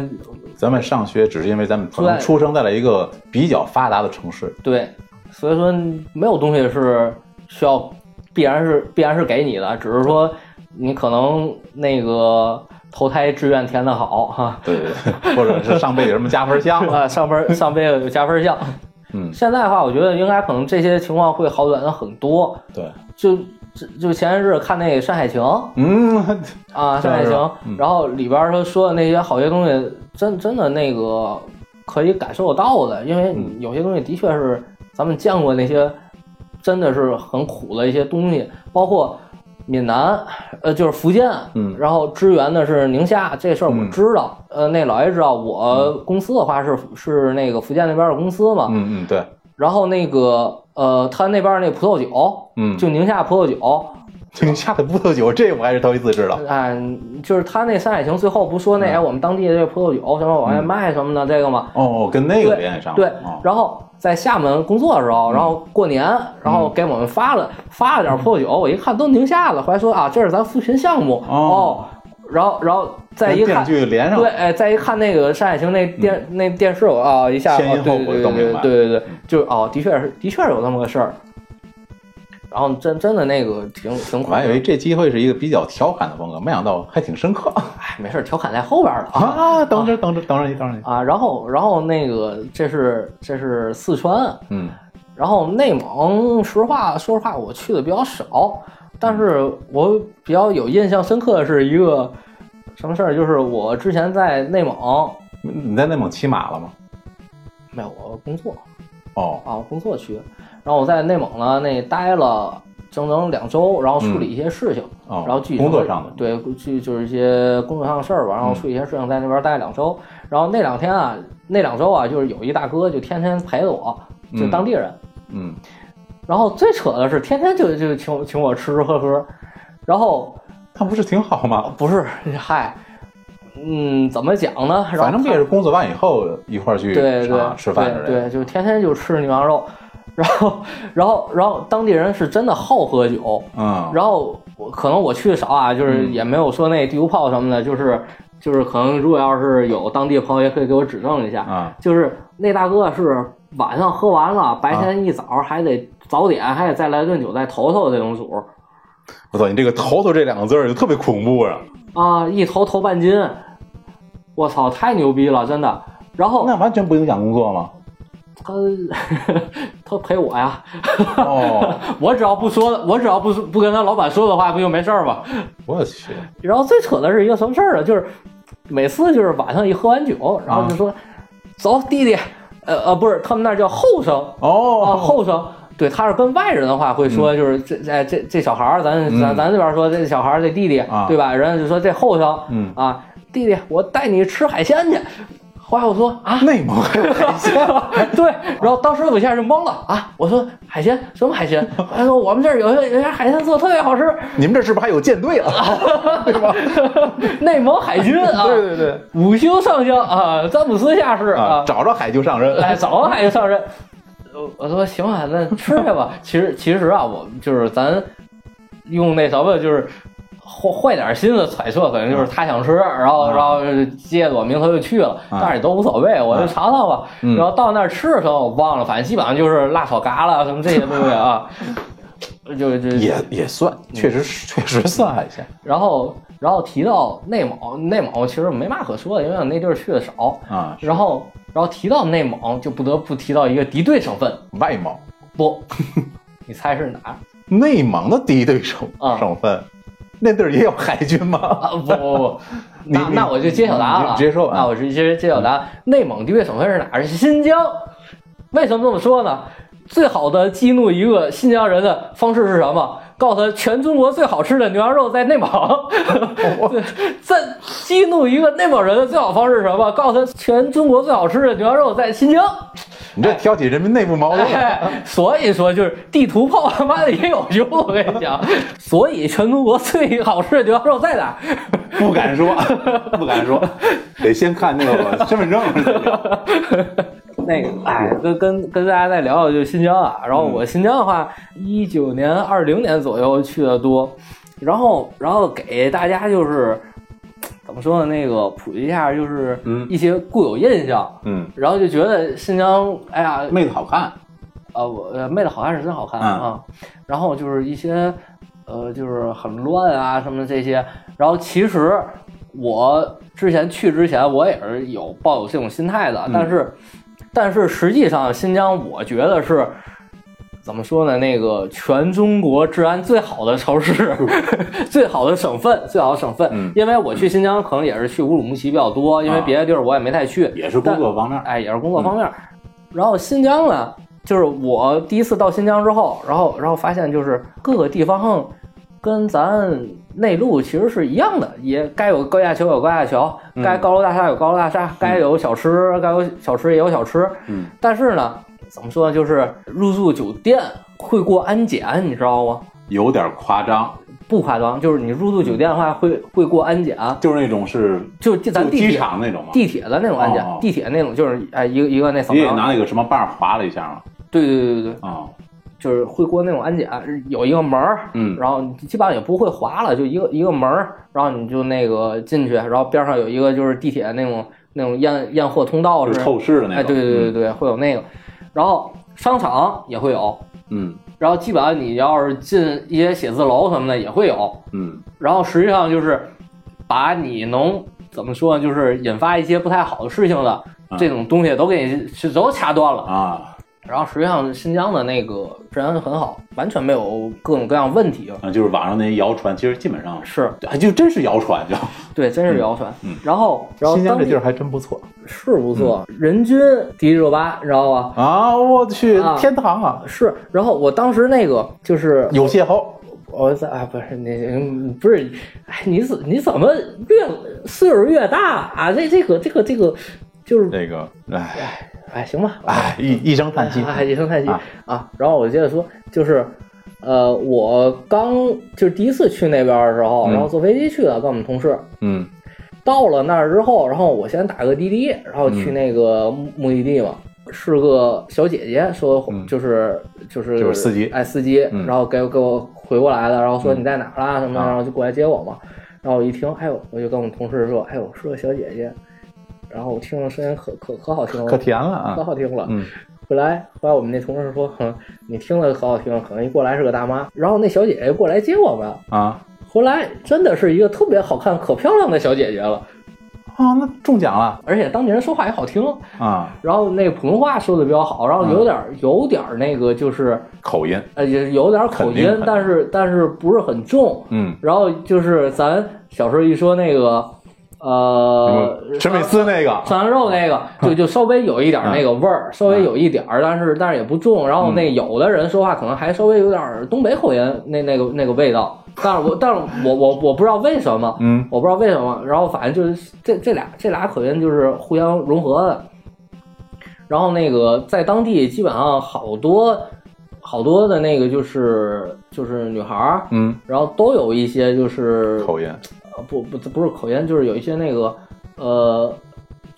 [SPEAKER 2] 咱们上学只是因为咱们可能
[SPEAKER 1] 对
[SPEAKER 2] 出生在了一个比较发达的城市，
[SPEAKER 1] 对，所以说没有东西是需要必然是必然是给你的，只是说你可能那个投胎志愿填的好
[SPEAKER 2] (laughs)
[SPEAKER 1] 哈，
[SPEAKER 2] 对对对，或者是上辈子有什么加分项了，
[SPEAKER 1] 啊上边上辈子有加分项。
[SPEAKER 2] 嗯，
[SPEAKER 1] 现在的话，我觉得应该可能这些情况会好转的很多。
[SPEAKER 2] 对，
[SPEAKER 1] 就就就前日看那《山海情》
[SPEAKER 2] 嗯，
[SPEAKER 1] 啊，《山海
[SPEAKER 2] 是
[SPEAKER 1] 情
[SPEAKER 2] 是》嗯
[SPEAKER 1] 然后里边他说的那些好些东西，真真的那个可以感受到的，因为
[SPEAKER 2] 嗯
[SPEAKER 1] 你有些东西的确是咱们见过那些真的是很苦的一些东西，包括闽南，呃，就是福建，
[SPEAKER 2] 嗯
[SPEAKER 1] 然后支援的是宁夏，这事儿我
[SPEAKER 2] 嗯
[SPEAKER 1] 知道，呃，那老爷知道，我公司的话是是那个福建那边的公司嘛，
[SPEAKER 2] 嗯嗯，对，
[SPEAKER 1] 然后那个呃，他那边那葡萄酒，
[SPEAKER 2] 嗯，
[SPEAKER 1] 就宁夏葡萄酒，
[SPEAKER 2] 宁夏的葡萄酒，这我还是头一次知道，
[SPEAKER 1] 哎，就是他那《山海情》最后不说那
[SPEAKER 2] 嗯
[SPEAKER 1] 哎，我们当地的这葡萄酒什么往外卖什么的这个吗？
[SPEAKER 2] 哦，跟那个联系上了，
[SPEAKER 1] 对
[SPEAKER 2] 哦，嗯
[SPEAKER 1] 然后在厦门工作的时候，然后过年，然后给我们发了发了点葡萄酒，我一看都宁夏的，后来说啊，这是咱扶贫项目哦
[SPEAKER 2] 哦，
[SPEAKER 1] 然后然后再一
[SPEAKER 2] 跟电
[SPEAKER 1] 看
[SPEAKER 2] 视。剧连上
[SPEAKER 1] 对，
[SPEAKER 2] 了，
[SPEAKER 1] 哎，再一看那个《山海情》那电那电视，我啊一下，
[SPEAKER 2] 前因
[SPEAKER 1] 哦对
[SPEAKER 2] 后
[SPEAKER 1] 对
[SPEAKER 2] 果
[SPEAKER 1] 对
[SPEAKER 2] 都嗯
[SPEAKER 1] 对
[SPEAKER 2] 明白
[SPEAKER 1] 对对对，就是哦，的确是的确有那么个事儿。然后真真的那个挺挺苦
[SPEAKER 2] 我
[SPEAKER 1] 的，
[SPEAKER 2] 还以为这机会是一个比较调侃的风格，没想到还挺深刻 (laughs)
[SPEAKER 1] 哎没事儿，调侃在后边了啊。
[SPEAKER 2] 啊！等着等着等着你等 (laughs) 着你，
[SPEAKER 1] 啊，然后然后那个这是这是四川，
[SPEAKER 2] 嗯
[SPEAKER 1] 然后内蒙，实话说实话我去的比较少，但是我比较有印象深刻的是一个什么事儿，就是我之前在内蒙
[SPEAKER 2] 嗯你在内蒙骑马了吗？
[SPEAKER 1] 没有我工作
[SPEAKER 2] 哦，
[SPEAKER 1] 啊，我工作去，然后我在内蒙呢那待了整整两周，然后处理一些事情，
[SPEAKER 2] 哦
[SPEAKER 1] 然后具体
[SPEAKER 2] 工作上的嗯
[SPEAKER 1] 对，具就是一些工作上的事儿吧，然后处理一些事情，在那边待两周，然后那两天啊，那两周啊，就是有一大哥就天天陪着我，就
[SPEAKER 2] 嗯
[SPEAKER 1] 当地人，
[SPEAKER 2] 嗯，
[SPEAKER 1] 然后最扯的是天天就就请我请我吃吃喝喝，然后
[SPEAKER 2] 那不是挺好吗？
[SPEAKER 1] 不是 (laughs) 嗨，嗯，怎么讲呢？然后
[SPEAKER 2] 反正不
[SPEAKER 1] 他
[SPEAKER 2] 也是工作完以后一块儿去
[SPEAKER 1] 对对
[SPEAKER 2] 啊吃饭之类
[SPEAKER 1] 对
[SPEAKER 2] 的。
[SPEAKER 1] 对，就天天就吃牛羊肉，然后， (laughs) 然后，然后当地人是真的好喝酒，
[SPEAKER 2] 嗯，
[SPEAKER 1] 然后我可能我去的少啊，就是也没有说那地图炮什么的，就是就是可能如果要是有当地朋友也可以给我指正一下，
[SPEAKER 2] 啊
[SPEAKER 1] 就是那大哥是晚上喝完了，白天一早还得早点还得再来顿酒再头头的这种主
[SPEAKER 2] 我操，你这个“头头”这两个字儿就特别恐怖啊！
[SPEAKER 1] 啊，一头头半斤，我操，太牛逼了，真的。然后
[SPEAKER 2] 那完全不影响工作吗？
[SPEAKER 1] (laughs) 他他陪我呀， (laughs)
[SPEAKER 2] 哦，
[SPEAKER 1] 我只要不说，我只要不说不跟他老板说的话，不就没事儿吗？
[SPEAKER 2] 我去，
[SPEAKER 1] 然后最扯的是一个什么事儿呢？啊就是每次就是晚上一喝完酒，然后就说、走弟弟，呃呃不是，他们那儿叫后生啊、
[SPEAKER 2] 哦，
[SPEAKER 1] 后生。对，他是跟外人的话会说，就是这这这这小孩儿，咱咱
[SPEAKER 2] 嗯
[SPEAKER 1] 咱这边说这小孩儿这弟弟
[SPEAKER 2] 啊，
[SPEAKER 1] 对吧？人家就说这后生
[SPEAKER 2] 嗯
[SPEAKER 1] 啊，弟弟，我带你吃海鲜去。后来我说啊， (laughs)
[SPEAKER 2] 内蒙还有海鲜，
[SPEAKER 1] 对，然后当时我一下就懵了啊！我说海鲜什么海鲜？他说我们这儿有些有些海鲜做的特别好吃，
[SPEAKER 2] 你们这是不是还有舰队啊？ (laughs)
[SPEAKER 1] 内蒙海军啊，
[SPEAKER 2] 对对对，
[SPEAKER 1] 五星上将啊，詹姆斯下士啊，
[SPEAKER 2] 找着海就上人，
[SPEAKER 1] (laughs) 哎，早还上任。呃我说行啊，那吃去吧。其实其实啊，我就是咱用那什么，就是坏坏点心思揣测，可能
[SPEAKER 2] 啊
[SPEAKER 1] 就是他想吃，然后、然后接着我名头就去了，
[SPEAKER 2] 啊
[SPEAKER 1] 但是也都无所谓，我就尝尝吧。
[SPEAKER 2] 嗯
[SPEAKER 1] 然后到那儿吃的时候，我忘了，反正基本上就是辣炒嘎啦什么这些东西啊， (laughs) 就就
[SPEAKER 2] 也也算，嗯确实是确实算海鲜
[SPEAKER 1] 然后然后提到内蒙，内蒙其实没嘛可说的，因为我那地儿去的少。
[SPEAKER 2] 啊。
[SPEAKER 1] 然后，然后提到内蒙，就不得不提到一个敌对省份，
[SPEAKER 2] 外蒙，
[SPEAKER 1] 不， (laughs) 你猜是哪儿？
[SPEAKER 2] 内蒙的敌对省
[SPEAKER 1] 啊
[SPEAKER 2] 省份，那地儿也有海军吗？
[SPEAKER 1] (laughs) 啊，不不不，
[SPEAKER 2] (laughs) 你
[SPEAKER 1] 那
[SPEAKER 2] 你
[SPEAKER 1] 那我就揭晓答案
[SPEAKER 2] 你
[SPEAKER 1] 了。
[SPEAKER 2] 你直接说吧
[SPEAKER 1] 那我直接揭晓答案。内蒙敌对省份是哪儿？是新疆。为什么这么说呢？最好的激怒一个新疆人的方式是什么？告诉他全中国最好吃的牛羊肉在内
[SPEAKER 2] (laughs)
[SPEAKER 1] 蒙。在激怒一个内蒙人的最好方式是什么？告诉他全中国最好吃的牛羊肉在新疆。
[SPEAKER 2] 你这挑起人民内部矛盾了。
[SPEAKER 1] 哎， (laughs) 所以说就是地图炮他妈的也有用，我跟你 (laughs) 讲。所以全中国最好吃的牛羊肉在哪儿？
[SPEAKER 2] 不
[SPEAKER 1] (laughs)
[SPEAKER 2] 敢说，不敢说，得先看那个身份证。
[SPEAKER 1] (laughs) 那个，哎，跟跟跟大家再聊聊就是新疆啊。然后我新疆的话，一九年、二零年左右去的多，然后然后给大家就是怎么说呢？那个普及一下，就是
[SPEAKER 2] 嗯
[SPEAKER 1] 一些固有印象，
[SPEAKER 2] 嗯，
[SPEAKER 1] 然后就觉得新疆，哎呀，
[SPEAKER 2] 妹子好看，
[SPEAKER 1] 啊，我呃妹子好看是真好看、
[SPEAKER 2] 嗯
[SPEAKER 1] 啊，然后就是一些呃，就是很乱啊什么的这些，然后其实我之前去之前我也是有抱有这种心态的，
[SPEAKER 2] 嗯
[SPEAKER 1] 但是但是实际上新疆我觉得是。怎么说呢？那个全中国治安最好的城市，最好的省份，最好的省份。
[SPEAKER 2] 嗯
[SPEAKER 1] 因为我去新疆可能也是去乌鲁木齐比较多，因为
[SPEAKER 2] 啊
[SPEAKER 1] 别的地儿我也没太去。
[SPEAKER 2] 也是
[SPEAKER 1] 工作
[SPEAKER 2] 方面。
[SPEAKER 1] 哎，也是工作方面儿。
[SPEAKER 2] 嗯
[SPEAKER 1] 然后新疆呢，就是我第一次到新疆之后，然后然后发现就是各个地方跟咱内陆其实是一样的，也该有高架桥有高架桥，
[SPEAKER 2] 嗯
[SPEAKER 1] 该高楼大厦有高楼大厦，该有小吃该有小吃也有小吃。
[SPEAKER 2] 嗯，
[SPEAKER 1] 但是呢，怎么说呢，就是入住酒店会过安检，你知道吗？
[SPEAKER 2] 有点夸张，
[SPEAKER 1] 不夸张，就是你入住酒店的话会会过安检，
[SPEAKER 2] 就是那种是
[SPEAKER 1] 就就咱
[SPEAKER 2] 就
[SPEAKER 1] 地铁
[SPEAKER 2] 场那种嘛
[SPEAKER 1] 地铁的那种安检，
[SPEAKER 2] 哦哦
[SPEAKER 1] 地铁那种就是哎一个一个那扫
[SPEAKER 3] 你也
[SPEAKER 1] 描，
[SPEAKER 3] 拿那个什么棒儿划了一下嘛？
[SPEAKER 1] 对对对对对。
[SPEAKER 3] 啊、
[SPEAKER 1] 就是会过那种安检，呃有一个门儿，
[SPEAKER 3] 嗯
[SPEAKER 1] 然后你基本上也不会滑了，就一个一个门儿，然后你就那个进去，然后边上有一个就是地铁那种那种验验货通道
[SPEAKER 3] 就是
[SPEAKER 1] 是，
[SPEAKER 3] 透视的那种。嗯
[SPEAKER 1] 哎，对对对对对，会有那个，然后商场也会有，
[SPEAKER 3] 嗯
[SPEAKER 1] 然后基本上你要是进一些写字楼什么的也会有，
[SPEAKER 3] 嗯
[SPEAKER 1] 然后实际上就是把你能怎么说呢，就是引发一些不太好的事情的这种东西都给你是都掐断
[SPEAKER 2] 嗯
[SPEAKER 1] 了。
[SPEAKER 3] 嗯啊，
[SPEAKER 1] 然后实际上新疆的那个治安很好，完全没有各种各样问题。
[SPEAKER 3] 啊，就是网上那些谣传，其实基本上
[SPEAKER 1] 是
[SPEAKER 2] 哎
[SPEAKER 3] 还就真是谣传，就
[SPEAKER 1] 对，真是谣传。然后，然后
[SPEAKER 2] 新疆
[SPEAKER 1] 当
[SPEAKER 2] 这
[SPEAKER 1] 地
[SPEAKER 2] 地儿还真不错
[SPEAKER 1] 是不错，人均迪丽热巴，你知道吧？
[SPEAKER 2] 啊！我去
[SPEAKER 1] 啊，
[SPEAKER 2] 天堂啊，
[SPEAKER 1] 是。然后我当时那个就是
[SPEAKER 2] 有邂逅。
[SPEAKER 1] 我在啊，不是你你不是，哎，你怎你怎么越岁数越大啊？这这个这个这个就是
[SPEAKER 2] 这个，哎
[SPEAKER 1] 哎，行吧，
[SPEAKER 2] 哎，一一声叹息。
[SPEAKER 1] 啊，野生太极
[SPEAKER 2] 啊
[SPEAKER 1] 啊。然后我接着说，就是，呃，我刚就是第一次去那边的时候，
[SPEAKER 2] 嗯
[SPEAKER 1] 然后坐飞机去的，跟我们同事。
[SPEAKER 2] 嗯嗯
[SPEAKER 1] 到了那儿之后，然后我先打个滴滴，然后去那个目目的地嘛。是个小姐姐，说就是就是
[SPEAKER 2] 嗯就是司机
[SPEAKER 1] 哎司机，
[SPEAKER 2] 嗯
[SPEAKER 1] 然后给我给我回过来了，然后说
[SPEAKER 2] 嗯
[SPEAKER 1] 你在哪儿啦什么的，
[SPEAKER 2] 啊
[SPEAKER 1] 然后就过来接我嘛。然后我一听，哎呦，我就跟我们同事说，哎呦是个小姐姐，然后我听着声音可可可好听了，
[SPEAKER 2] 可甜了
[SPEAKER 1] 可
[SPEAKER 2] 啊，
[SPEAKER 1] 好听了。
[SPEAKER 2] 嗯，
[SPEAKER 1] 后来后来我们那同事说， (laughs) 哼，你听着可好听，可能一过来是个大妈。然后那小姐姐过来接我们，
[SPEAKER 2] 啊
[SPEAKER 1] 后来真的是一个特别好看、可漂亮的小姐姐了，
[SPEAKER 2] 啊，那中奖了
[SPEAKER 1] 而且当地人说话也好听，
[SPEAKER 2] 啊，
[SPEAKER 1] 然后那个普通话说的比较好，然
[SPEAKER 2] 嗯
[SPEAKER 1] 后有点、有点那个就是
[SPEAKER 2] 口音，
[SPEAKER 1] 呃也有点口
[SPEAKER 2] 肯定
[SPEAKER 1] 音
[SPEAKER 2] 肯定，
[SPEAKER 1] 但是但是不是很重。
[SPEAKER 2] 嗯，
[SPEAKER 1] 然后就是咱小时候一说那个呃
[SPEAKER 2] 陈佩斯那个
[SPEAKER 1] 涮羊肉那个，
[SPEAKER 2] 嗯
[SPEAKER 1] 就就稍微有一点儿那个味儿，稍微有一点儿，但是但是也不重。然后
[SPEAKER 2] 嗯
[SPEAKER 1] 那有的人说话可能还稍微有点儿东北口音，那那个那个味道。但是我但是我我我不知道为什么，
[SPEAKER 2] 嗯，
[SPEAKER 1] 我不知道为什么。然后反正就是这这俩这俩口音就是互相融合的。然后那个在当地基本上好多好多的那个就是就是女孩儿，
[SPEAKER 2] 嗯，
[SPEAKER 1] 然后都有一些就是
[SPEAKER 2] 口音，
[SPEAKER 1] 呃，不不不是口音，就是有一些那个呃，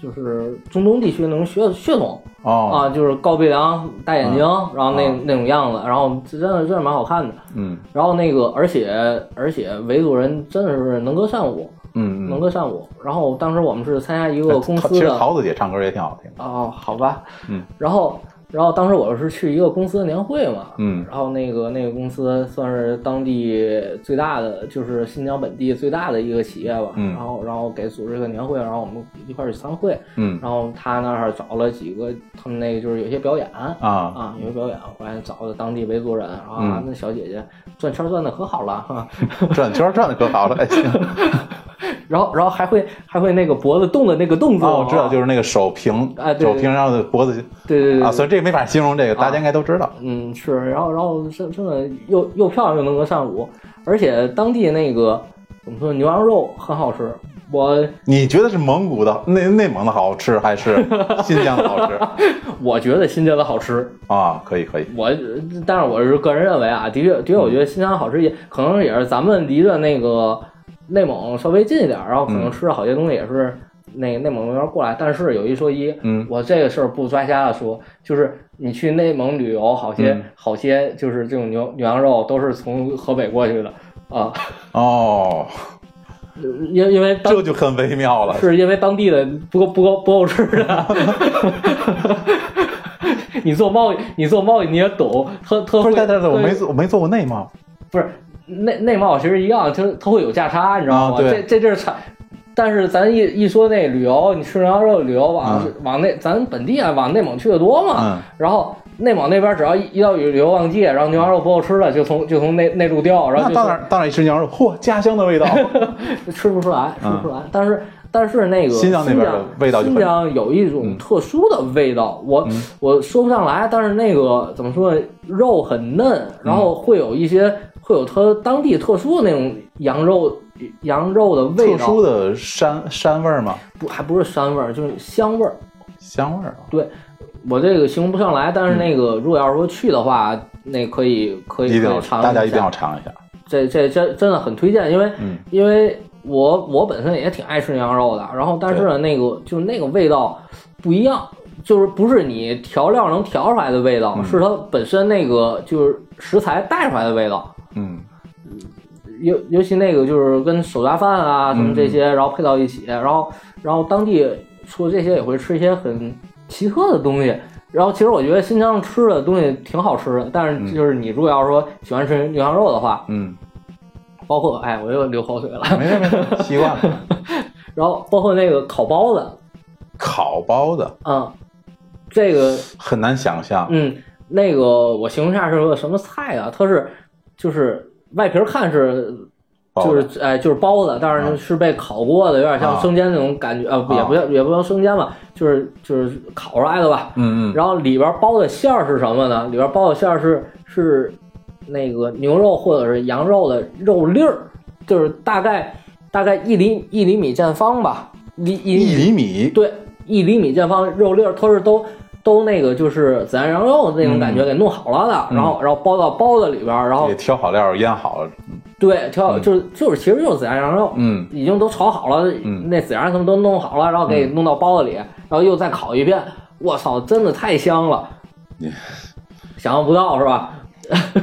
[SPEAKER 1] 就是中东地区那种血血统
[SPEAKER 2] 哦，
[SPEAKER 1] 啊，就是高鼻梁、大眼睛，然后那、
[SPEAKER 2] 啊
[SPEAKER 1] 那种样子，然后真的真的蛮好看的。
[SPEAKER 2] 嗯
[SPEAKER 1] 然后那个，而且而且维族人真的是能歌善舞，
[SPEAKER 2] 嗯
[SPEAKER 1] 能
[SPEAKER 2] 嗯，
[SPEAKER 1] 歌善舞。然后当时我们是参加一
[SPEAKER 2] 哎
[SPEAKER 1] 个公
[SPEAKER 2] 陶
[SPEAKER 1] 司
[SPEAKER 2] 其实
[SPEAKER 1] 的
[SPEAKER 2] 桃子姐唱歌也挺好听的，
[SPEAKER 1] 哦，好吧，
[SPEAKER 2] 嗯，
[SPEAKER 1] 然后然后当时我是去一个公司的年会嘛，
[SPEAKER 2] 嗯
[SPEAKER 1] 然后那个那个公司算是当地最大的，就是新疆本地最大的一个企业吧，
[SPEAKER 2] 嗯
[SPEAKER 1] 然后然后给组织个年会，然后我们一块儿去参会，
[SPEAKER 2] 嗯
[SPEAKER 1] 然后他那儿找了几个他们那个就是有些表演。
[SPEAKER 2] 啊，
[SPEAKER 1] 啊，有些表演，我还找了当地维族人啊
[SPEAKER 2] 嗯，
[SPEAKER 1] 那小姐姐转圈儿转的可好了哈，
[SPEAKER 2] 转圈转的可好了，哎行，
[SPEAKER 1] 然后然后还会还会那个脖子动的那个动作，
[SPEAKER 2] (laughs) 哦，我知道，就是那个手平
[SPEAKER 1] 哎，对
[SPEAKER 2] 手
[SPEAKER 1] 对
[SPEAKER 2] 平，然后脖子
[SPEAKER 1] 对对对
[SPEAKER 2] 啊，
[SPEAKER 1] 对
[SPEAKER 2] 所以这个没法形容，这个大家应该都知道，
[SPEAKER 1] 嗯，是，然后然后真真的又又漂亮又能歌善舞，而且当地那个怎么说牛羊肉很好吃，我
[SPEAKER 2] 你觉得是蒙古的内内蒙的好吃，还
[SPEAKER 1] (laughs)
[SPEAKER 2] 是新疆的好吃
[SPEAKER 1] 我觉得新疆的好吃，
[SPEAKER 2] 啊？可以可以，
[SPEAKER 1] 我但是我是个人认为啊，的确的确，我觉得新疆好吃也可能也是咱们离着那个内蒙稍微近一点儿，然后可能
[SPEAKER 2] 嗯
[SPEAKER 1] 吃的好些东西也是那内蒙那边过来，但是有一说一，
[SPEAKER 2] 嗯
[SPEAKER 1] 我这个事儿不抓瞎的说，就是你去内蒙旅游，好些、
[SPEAKER 2] 嗯
[SPEAKER 1] 好些就是这种牛牛羊肉都是从河北过去的啊，
[SPEAKER 2] 哦，
[SPEAKER 1] 因因为当
[SPEAKER 2] 这就很微妙了，
[SPEAKER 1] 是因为当地的不够不够不够吃
[SPEAKER 2] (laughs)
[SPEAKER 1] 的。你做贸易，你做贸易你也懂，特特
[SPEAKER 2] 不是，
[SPEAKER 1] 会啊
[SPEAKER 2] 但但是我没
[SPEAKER 1] 对
[SPEAKER 2] 做我没做过内蒙，
[SPEAKER 1] 不是内内贸其实一样，就是它会有价差，你知道吗？
[SPEAKER 2] 啊对
[SPEAKER 1] 这这就是产。但是咱一一说那旅游，你吃羊肉旅游往、
[SPEAKER 2] 嗯
[SPEAKER 1] 往内咱本地啊往内蒙去的多嘛，
[SPEAKER 2] 嗯
[SPEAKER 1] 然后内蒙那边只要一一到旅旅游旺季，然后牛羊肉不够吃了，就从就从内内陆调，然后
[SPEAKER 2] 那
[SPEAKER 1] 就
[SPEAKER 2] 到哪儿到哪儿一吃羊肉，嚯，家乡的味道，
[SPEAKER 1] 吃不出来，吃
[SPEAKER 2] 嗯
[SPEAKER 1] 不出来。但是但是那个
[SPEAKER 2] 新疆那边的味道就很
[SPEAKER 1] 新疆有一种特殊的味道，我
[SPEAKER 2] 嗯
[SPEAKER 1] 我说不上来，但是那个怎么说，呢，肉很嫩，然后
[SPEAKER 2] 嗯
[SPEAKER 1] 会有一些会有它当地特殊的那种羊肉羊肉的 (laughs) 味
[SPEAKER 2] 特
[SPEAKER 1] 道，
[SPEAKER 2] 殊的山山味儿吗？
[SPEAKER 1] 不还不是膻味儿，就是香味儿。
[SPEAKER 2] 香味儿啊，
[SPEAKER 1] 我这个形容不上来，但是那个如果要是说去的话，那可以可以
[SPEAKER 2] 嗯一定
[SPEAKER 1] 可
[SPEAKER 2] 要
[SPEAKER 1] 以尝
[SPEAKER 2] 大家一定
[SPEAKER 1] 下
[SPEAKER 2] 要尝一下，
[SPEAKER 1] 这这这真的很推荐，因为、
[SPEAKER 2] 嗯
[SPEAKER 1] 因为我我本身也挺爱吃羊肉的，然后但是呢，那个就是那个味道不一样，就是不是你调料能调出来的味道，
[SPEAKER 2] 嗯
[SPEAKER 1] 是它本身那个就是食材带出来的味道。
[SPEAKER 2] 嗯
[SPEAKER 1] 尤尤其那个就是跟手抓饭啊什么
[SPEAKER 2] 嗯
[SPEAKER 1] 这些，然后配到一起，然后然后当地除了这些也会吃一些很奇特的东西。然后其实我觉得新疆吃的东西挺好吃的，但
[SPEAKER 2] 嗯
[SPEAKER 1] 是就是你如果要是说喜欢吃牛羊肉的话，
[SPEAKER 2] 嗯，
[SPEAKER 1] 包括哎我又流口水了，
[SPEAKER 2] 没事没事，习惯了。 (laughs)
[SPEAKER 1] 然后包括那个烤包子，
[SPEAKER 2] 烤包子
[SPEAKER 1] 嗯，这个，
[SPEAKER 2] 很难想象，
[SPEAKER 1] 嗯，那个我形容一下是个什么菜啊？它是就是外皮儿看是
[SPEAKER 2] 包子
[SPEAKER 1] 就是哎就是包子，但是是被烤过的，有点像生煎那种感觉，呃，不也
[SPEAKER 2] 啊
[SPEAKER 1] 不叫也不叫生煎吧，就是就是烤出来的吧。
[SPEAKER 2] 嗯嗯，
[SPEAKER 1] 然后里边包的馅儿是什么呢？里边包的馅儿是是那个牛肉或者是羊肉的肉粒儿，就是大概大概一厘一厘米见方吧，一一
[SPEAKER 2] 一厘米，
[SPEAKER 1] 对，一厘米见方肉粒儿，它是都都那个就是孜然羊肉那种感觉给弄好了的，
[SPEAKER 2] 嗯
[SPEAKER 1] 然后然后包到包子里边儿，然后
[SPEAKER 2] 也挑好料，腌好了，
[SPEAKER 1] 对，调好
[SPEAKER 2] 嗯
[SPEAKER 1] 就是就是其实就是孜然羊肉，
[SPEAKER 2] 嗯
[SPEAKER 1] 已经都炒好了，
[SPEAKER 2] 嗯
[SPEAKER 1] 那孜然什么都弄好了，然后给弄到包子里，然后又再烤一遍，我操，真的太香了，
[SPEAKER 2] 你
[SPEAKER 1] 想象不到是吧？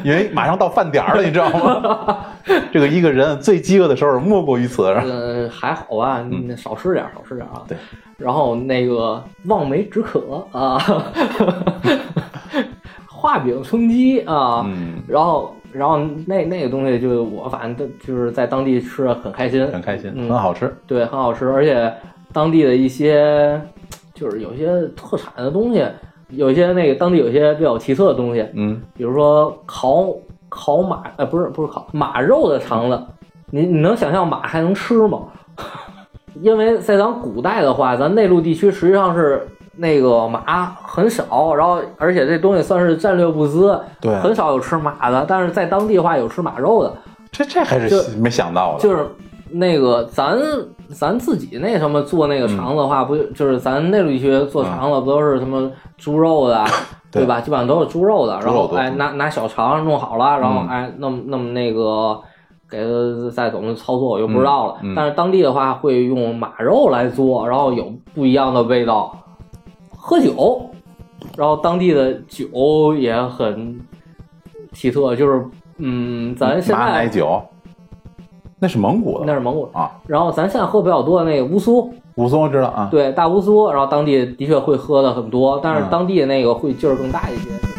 [SPEAKER 2] 因为马上到饭点儿了，你知
[SPEAKER 1] (laughs)
[SPEAKER 2] 道吗？这个一个人最饥饿的时候莫过于此。
[SPEAKER 1] 呃，还好吧，你少吃点儿，少吃点儿啊。
[SPEAKER 2] 啊嗯对，
[SPEAKER 1] 然后那个望梅止渴
[SPEAKER 2] (laughs)
[SPEAKER 1] 啊，画饼充饥啊，
[SPEAKER 2] 嗯，
[SPEAKER 1] 然后然后那那个东西就我反正都就是在当地吃的很开心，
[SPEAKER 2] 很开心，
[SPEAKER 1] 嗯
[SPEAKER 2] 很好吃。
[SPEAKER 1] 对，很好吃，而且当地的一些就是有些特产的东西，有一些那个当地有一些比较奇特的东西，
[SPEAKER 2] 嗯，
[SPEAKER 1] 比如说烤烤马，呃，不是不是烤马肉的肠子，你你能想象马还能吃吗？ (laughs) 因为在咱古代的话，咱内陆地区实际上是那个马很少，然后而且这东西算是战略物资，
[SPEAKER 2] 对啊
[SPEAKER 1] 很少有吃马的，但是在当地的话有吃马肉的，
[SPEAKER 2] 这这还
[SPEAKER 1] 就是
[SPEAKER 2] 没想到的。
[SPEAKER 1] 就是那个咱咱自己那什么做那个肠子的话，不就就是咱内陆地区做肠
[SPEAKER 2] 嗯
[SPEAKER 1] 子不都是什么猪肉
[SPEAKER 2] (coughs)
[SPEAKER 1] 的，啊对吧？基本上都是猪肉的，
[SPEAKER 2] 猪
[SPEAKER 1] 然
[SPEAKER 2] 肉
[SPEAKER 1] 后
[SPEAKER 2] 多
[SPEAKER 1] 哎
[SPEAKER 2] 嗯
[SPEAKER 1] 拿拿小肠弄好了，然后
[SPEAKER 2] 嗯
[SPEAKER 1] 哎弄弄那个。给它再怎么操作我就不知道了，
[SPEAKER 2] 嗯嗯
[SPEAKER 1] 但是当地的话会用马肉来做，然后有不一样的味道。喝酒，然后当地的酒也很奇特，就是嗯，咱现
[SPEAKER 2] 马奶
[SPEAKER 1] 在
[SPEAKER 2] 酒，那是蒙古
[SPEAKER 1] 那
[SPEAKER 2] 的
[SPEAKER 1] 是蒙古
[SPEAKER 2] 啊。
[SPEAKER 1] 然后咱现在喝比较多的那个乌苏，
[SPEAKER 2] 武松我知道啊，
[SPEAKER 1] 对大乌苏，然后当地的确会喝的很多，但是
[SPEAKER 2] 嗯
[SPEAKER 1] 当地那个会劲儿更大一些。